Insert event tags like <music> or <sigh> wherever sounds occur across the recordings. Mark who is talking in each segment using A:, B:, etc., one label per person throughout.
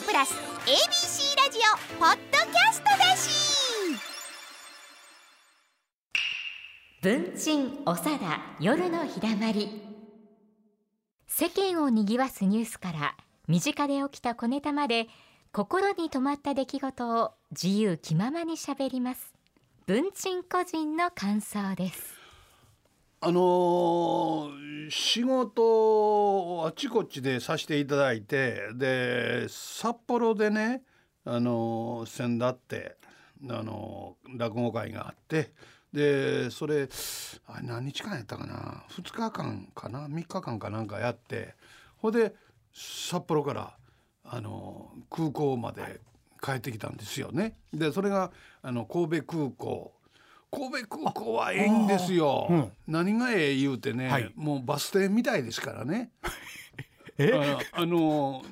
A: プラス ABC ラジオポッドキャストだし
B: 文鎮おさだ夜のひだまり世間をにぎわすニュースから身近で起きた小ネタまで心に留まった出来事を自由気ままにしゃべります文鎮個人の感想です
C: あのー仕事をあちこちでさせていただいてで札幌でね、あのー、先だって、あのー落語会があってでそれあ何日間やったかな2日間かな3日間かなんかやってほいで札幌から、あのー空港まで帰ってきたんですよね。でそれがあの神戸空港神戸空港はええんですよ。
D: うん
C: 何がええ言うてね、
D: はい
C: もうバス停みたいですからね。
D: え
C: ああの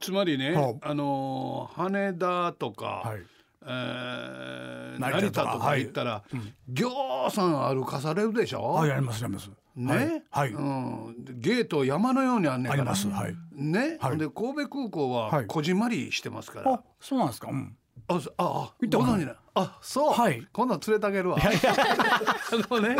C: つまりね、
D: は
C: あの羽田とか、
D: はい
C: えー
D: 成田
C: 成
D: と
C: 田
D: か
C: とか行ったら、ぎょうさん歩かされるでしょ。
D: はいありますあります
C: ね、
D: はい、
C: う
D: はい
C: ん、ゲート山のようにあんねんか
D: あり
C: ら
D: ますはい
C: ね、
D: はい
C: で神戸空港
D: は
C: はいこじんまりしてますから、
D: あそうなんですかうん
C: あ、そあ、あ、
D: 行った
C: ご
D: こ
C: 存
D: とない
C: 知ない。あ、そう。
D: はい
C: 今度連れてあげるわ。 <laughs> あのね、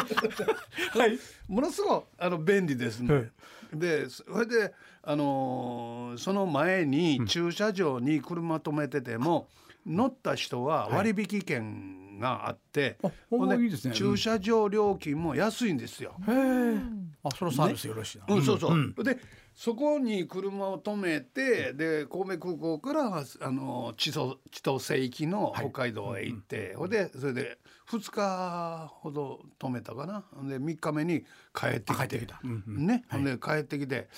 D: はい
C: ものすごくあの便利です
D: は
C: ね
D: い。
C: で、それであのーその前に駐車場に車止めてても、乗った人は割引券があって、
D: あほんま
C: ほん
D: いいですねうん
C: 駐車場料金も安いんですよ。
D: へえあそのサービスよろしいな、
C: うん、そうそう、
D: ん
C: でそこに車を止めてで神戸空港からあの千歳千歳行きの北海道へ行って、ほいでそれで2日ほど止めたかなで3日目に帰ってきて
D: 帰ってきたうんうん
C: ね、ほんで帰ってきて、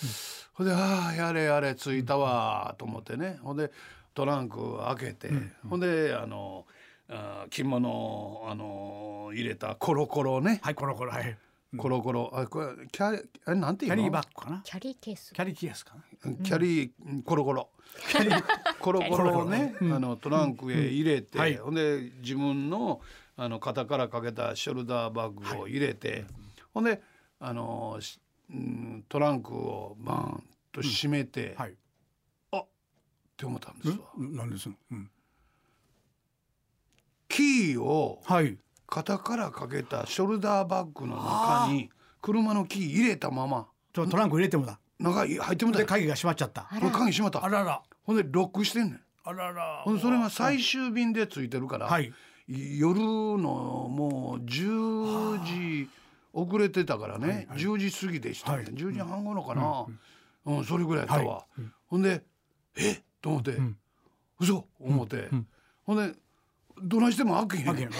C: ほんで「ああやれやれ着いたわ」と思ってねほんでトランク開けて、ほんであのあー着物をあの入れたコロコロね、
D: はいコロコロはい
C: コロコロあこれキャあれなんて
D: キ
C: いう
D: ャ
C: の
D: リーバッグかな
B: キャリーケース
D: キャリーケースかな
C: キャリー、コロコロ。コロコロをね、あのトランクへ入れて、
D: はい
C: ほんで自分のあの肩からかけたショルダーバッグを入れて、ほんであの、しうん、トランクをバーンと閉めて、
D: は
C: っ
D: い
C: て思ったんですわ。
D: んなんですのうん
C: キーを
D: はい
C: 肩からかけたショルダーバッグの中に車のキー入れたまま
D: ちょっとトランク入れてもだ
C: 中に入ってもた
D: で
C: よこ
D: 鍵が閉まっちゃった
B: あ
C: れ
B: ら
C: 鍵閉まった
D: あらら
C: ほんでロックしてんねん
D: あらら
C: ほんでそれが最終便でついてるから、
D: はい
C: 夜のもう10時遅れてたからね、10時過ぎでした、ね
D: はい
C: 10時半頃かな、うんそれぐらいやったわ、ほんでえっと思って、嘘思って、ほんでどないしても開けへ
D: あ
C: ん、
D: けん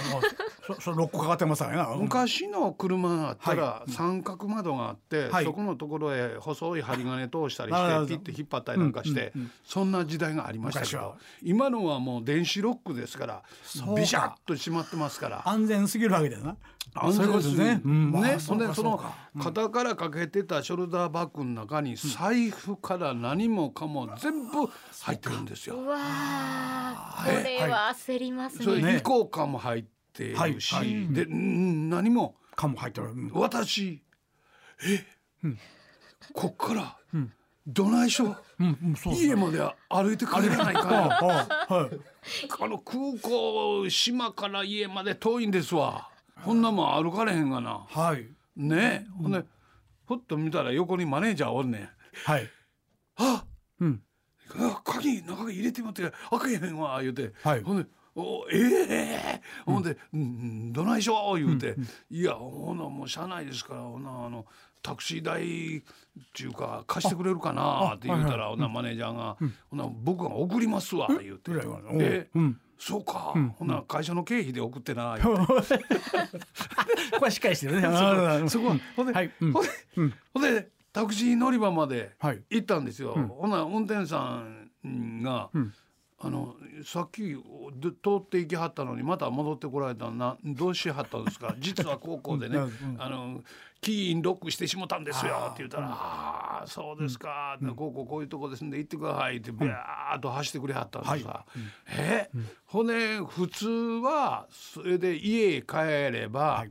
D: そそロックかかってますからね
C: 昔の車だったら三角窓があって、
D: はい
C: そこのところへ細い針金通したり
D: なるほ
C: し
D: ど
C: てピッて引っ張ったりなんかして、そんな時代がありましたけ
D: 昔
C: ど
D: は
C: 今のはもう電子ロックですから
D: うか
C: ビシャッと閉まってますから
D: 安全すぎるわけだよな
C: 安全
D: そういうことですねうんまあ
C: ね、
D: そ
C: そうれ
D: か
C: でそ
D: そう
C: の
D: か
C: 肩からかけてたショルダーバッグの中に財布から何もかも全部入ってるんです
B: う
C: よ。
B: わあこれは焦ります
C: そ
B: ね
C: れ
D: ね
C: 移行感も入ってるし、
D: はいはい
C: でうん何も
D: 缶も入ってるうん
C: 私え、こっからどないしょ
D: うんうんそう
C: 家まで歩いて帰らないか
D: あ
C: ら
D: あはい
C: あの空港島から家まで遠いんですわ。こんなもん歩かれへんがな。
D: はい
C: ねえ、ほんでふっと見たら横にマネージャーおんねん
D: はい
C: あ
D: うん
C: あ鍵中に入れてもって開けへんわ言うて、
D: はい
C: ほんでおええほんで、うんうんどないしょう言うて、いやほなもう車内ですからほなあのタクシー代っていうか貸してくれるかなって言うたら、ほなマネージャーが、ほな僕が送りますわ言うて、
D: ぐらいはおう
C: で、
D: うん
C: そうか、ほな会社の経費で送ってな言うて
D: これしっかりしてるねあー
C: そこはほんで、
D: はいうん
C: ほんで、ほんでタクシー乗り場まで
D: はい
C: 行ったんですよ。ほな運転手さんが、あのさっきで通って行きはったのにまた戻ってこられたらなどうしはったんですか
D: <laughs>
C: 実は高校でね、あのキーインロックしてしもたんですよって言ったら「ああそうですか」って高校こういうとこですんで行ってください」ってビャーっと走ってくれはったんですさ。えほんで普通はそれで家へ帰れば、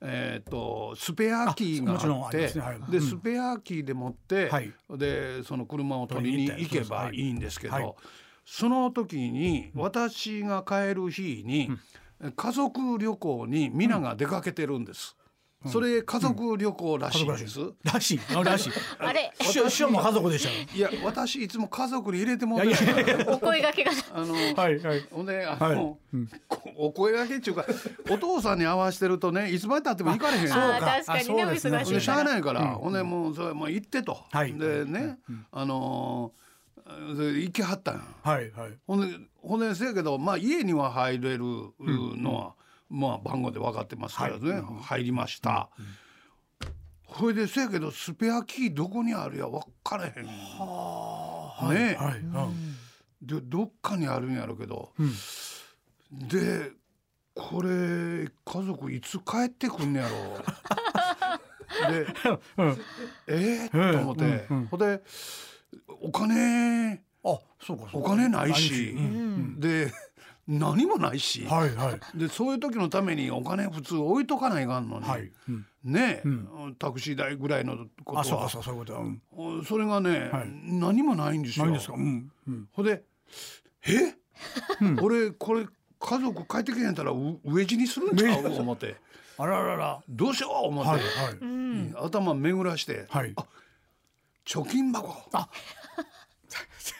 C: えー、とスペアキーが
D: あもちろん
C: あっ
D: あり
C: て
D: ますねはい
C: で
D: うん
C: スペアキーで持って、
D: はい
C: でその車を取りに行けばいいんですけど、
D: はい
C: その時に私が帰る日に家族旅行に皆が出かけてるんです。それ家族旅行らしいんです。
D: らしいあらしい
B: あれ
D: 師匠師匠も家族でし
C: いや私いつも家族に入れてもら
D: いやいや
C: って
B: お声掛けが
C: あの、
D: たはいはい
C: ほんであの、
D: はい
C: こお声掛けっていうかお父さんに合わせてるとねいつまでたっても行かれへん
B: あ
D: そう
B: ー
D: か
B: 確かにねお
D: あそうですね
B: 忙
C: ほんで
B: しい
C: しゃ
B: か
C: あ
B: ら
C: ないから、ほんでもうそれもう行ってと、
D: はい
C: でね、あのーで行きはったんや
D: はいはい
C: ほんでほんでせやけど、まあ、家には入れるのは、まあ、番号で分かってますからね、入りました、ほいでせやけどスペアキーどこにあるや分からへん
D: はい
C: ねえ
D: はいうん
C: でどっかにあるんやろけど、
D: ん
C: でこれ家族いつ帰ってくんねやろ
D: <laughs>
C: で
D: うん
C: え
D: え
C: ー、
D: え
C: と思って、
D: うんうん
C: ほんでお金
D: あそうかそうか
C: お金ないし
D: うん
C: で何もないし、
D: はいはい
C: でそういう時のためにお金普通置いとかないかんのに、
D: はいうん
C: ねえ、
D: う
C: タクシー代ぐらいのことは
D: あそうかそうかそういうことはうん
C: おそれがね、
D: はい
C: 何もないんですよ。
D: ないんですかうんうん
C: ほんで「え、俺これ家族帰ってけへんたらう飢え死にするんちゃう?」思って
D: あららら
C: 「どうしよう?」思って、
D: はいはい
C: うん頭巡らして
D: はい
C: 「貯金箱
D: あ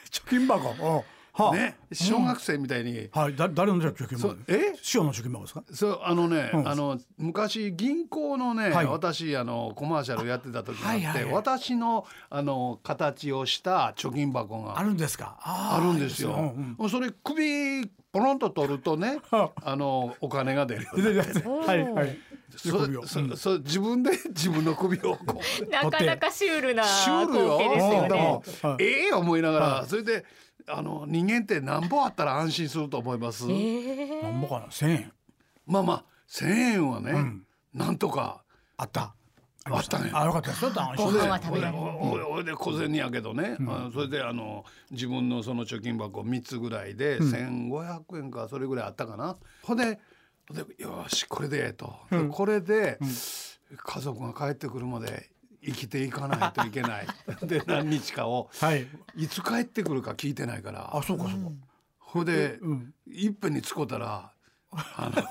D: 貯金箱うん」は
C: ね小学生みたいに「
D: あはいだ誰のじゃあ貯金
C: そ
D: 箱
C: うえ
D: 師匠の貯金箱ですか
C: そうあのね、
D: うん
C: あの昔銀行のね、
D: はい
C: 私あのコマーシャルやってた時があって、
D: あはいはいはい
C: 私のあの形をした貯金箱が
D: あるんですかあ
C: あ
D: ー
C: るんですよ。
D: いいうんうん
C: それ首ポロンと取ると
D: <laughs>
C: ね、
D: は
C: あのお金が出る。
D: はいはい。
C: そ
D: 首を
C: そ
D: うん
C: そ自分で <laughs> 自分の首をこう
B: なかなかシュールな
C: シュールよ
B: 光景ですよ
C: で
B: ね
C: も
D: はい
C: ええ思いながら、
D: は
C: それであの人間って何本あったら安心すると思います、
D: なんぼかな千円
C: まあまあ1,000円はね、
D: うん
C: なんとか
D: あった。
C: あったね
D: あよかったです。ちょっと安
B: ご
D: 心
B: 飯
D: で
B: は食べられる
C: ほんでほんでほんで小銭やけどね、あのそれであの自分のその貯金箱3つぐらいで、1,500円かそれぐらいあったかな。ほんでほんでよしこれでええと、これで、家族が帰ってくるまで生きていかないといけ
B: <laughs>
C: ないで何日かを
D: はい。
C: いつ帰ってくるか聞いてないから
D: あそうかそうか。
C: ほんで、
D: うん。
C: いっぺんに使うたらあの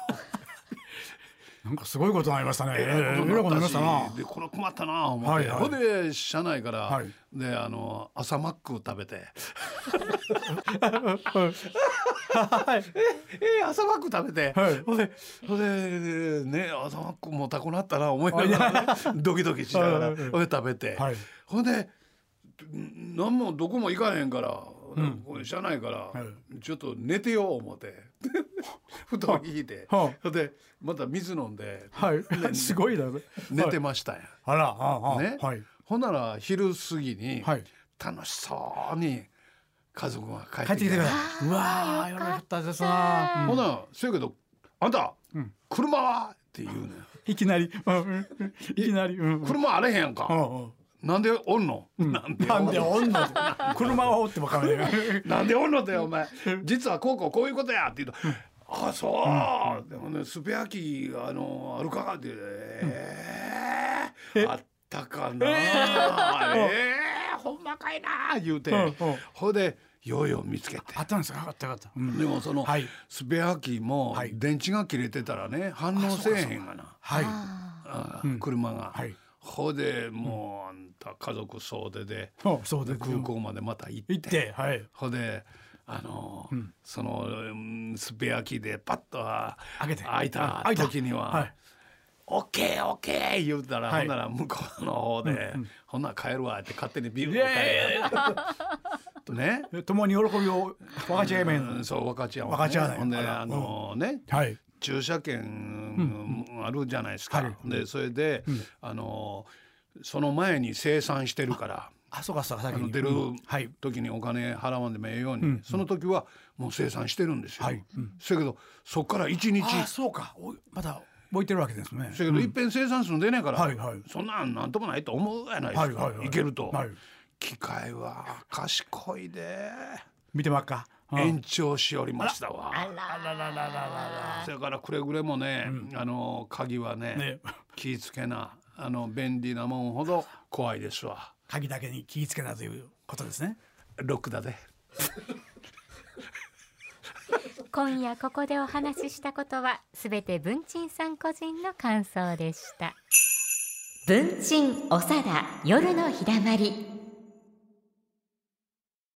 D: なんかすごいことになりましたね。え
C: えらい
D: え
C: こ
D: えらいこととにな
C: に
D: り
C: なっ
D: ましたた
C: し
D: な。
C: でこれ困ったな思って、
D: はいはい
C: ほんで車内から、
D: はい
C: であの朝マックを食べてええ朝マック食べて、
D: はい
C: ほんでほんでね朝マックもうたくなったな思いながら、ね、ドキドキしなが
D: はい
C: ら
D: はいはい
C: ほんで食べて、
D: はい
C: ほんでん何もどこも行かへんから、これ車内から、
D: い
C: ちょっと寝てよう思って。布団引いて、
D: はあ
C: ほんでまた水飲んで、
D: はい。すごいだね。
C: 寝て
D: はい
C: ましたんや。
D: あらああ
C: ね、
D: はい
C: ほんなら昼過ぎに
D: はい。
C: 楽しそうに家族が帰って
D: 帰って
C: き
D: き
C: て
D: てください。うわあよかったですな。
C: ほんなら「せやけどあんた、車は?」って言うねん
D: いきなりうんうんいきなりうん。うん
C: 車あれへんやん
D: う
C: か、
D: んうん
C: なんでおんの、なんでお
D: なん
C: ん
D: で
C: の
D: おんの車はおってばかりね。
C: なんでおんのだよお前実はこうこうこういうことやって言うと「ああそう、でもねスペアキーあのあるか?」って「ええあったかな、ええほんまかいな」言うて、
D: うんうん
C: ほいでようよう見つけて
D: <laughs> あったんですか。よかったよかった。うん
C: でもその
D: はい
C: スペアキーも
D: はい
C: 電池が切れてたらね反応せえへんがな
D: はい。
C: あー車が
D: はい
C: ほいでもうあんた家族総出で
D: あそうで
C: 空港までまた行っ
D: 行っててはい。
C: ほいであのーそのうんスペアキーでパッとあ
D: 開けて
C: 開いた
D: 開いた
C: 時に
D: は
C: はい「オッケーオッケー」言うたら
D: はい
C: ほんなら向こうの方で「ほんなら帰るわ」って勝手にビュー
D: いやいやい
C: ッ
D: <laughs>
C: と帰るね
D: 共に喜びを分かち合えばいいの
C: うんそう分かち合うね
D: 分かち合わない
C: ほんで
D: あら
C: あのーね
D: はい。
C: 駐車券あるじゃないですか、
D: はい
C: でそれで、あのその前に生産してるから
D: あ、そうか、そうか、
C: あ
D: 先
C: の
D: に
C: 出る
D: うんはい。
C: 時にお金払わんでもええように、その時はもう生産してるんですよ。
D: はいうん
C: そやけどそっから一日
D: あ、そうか、おまだ置いてるわけですね。
C: そやけどいっぺん生産すんでねえから、
D: はいはい
C: そんなんなんともないと思うやないですか、
D: はいはいはい
C: けると、
D: はい
C: 機械は賢いで
D: 見てばっか。うん
C: 延長しおりましたわ。
D: あららららら
C: それからくれぐれもね、あの鍵はね
D: ら。ね、
C: 気ぃつけなあの便利なもんほど怖いですわ
D: 鍵だけに気ぃつけなということですね。
C: ロックだで
B: 今夜ここでお話ししたことはすべて文鎮さん個人の感想でした文鎮おさだ夜のひだまり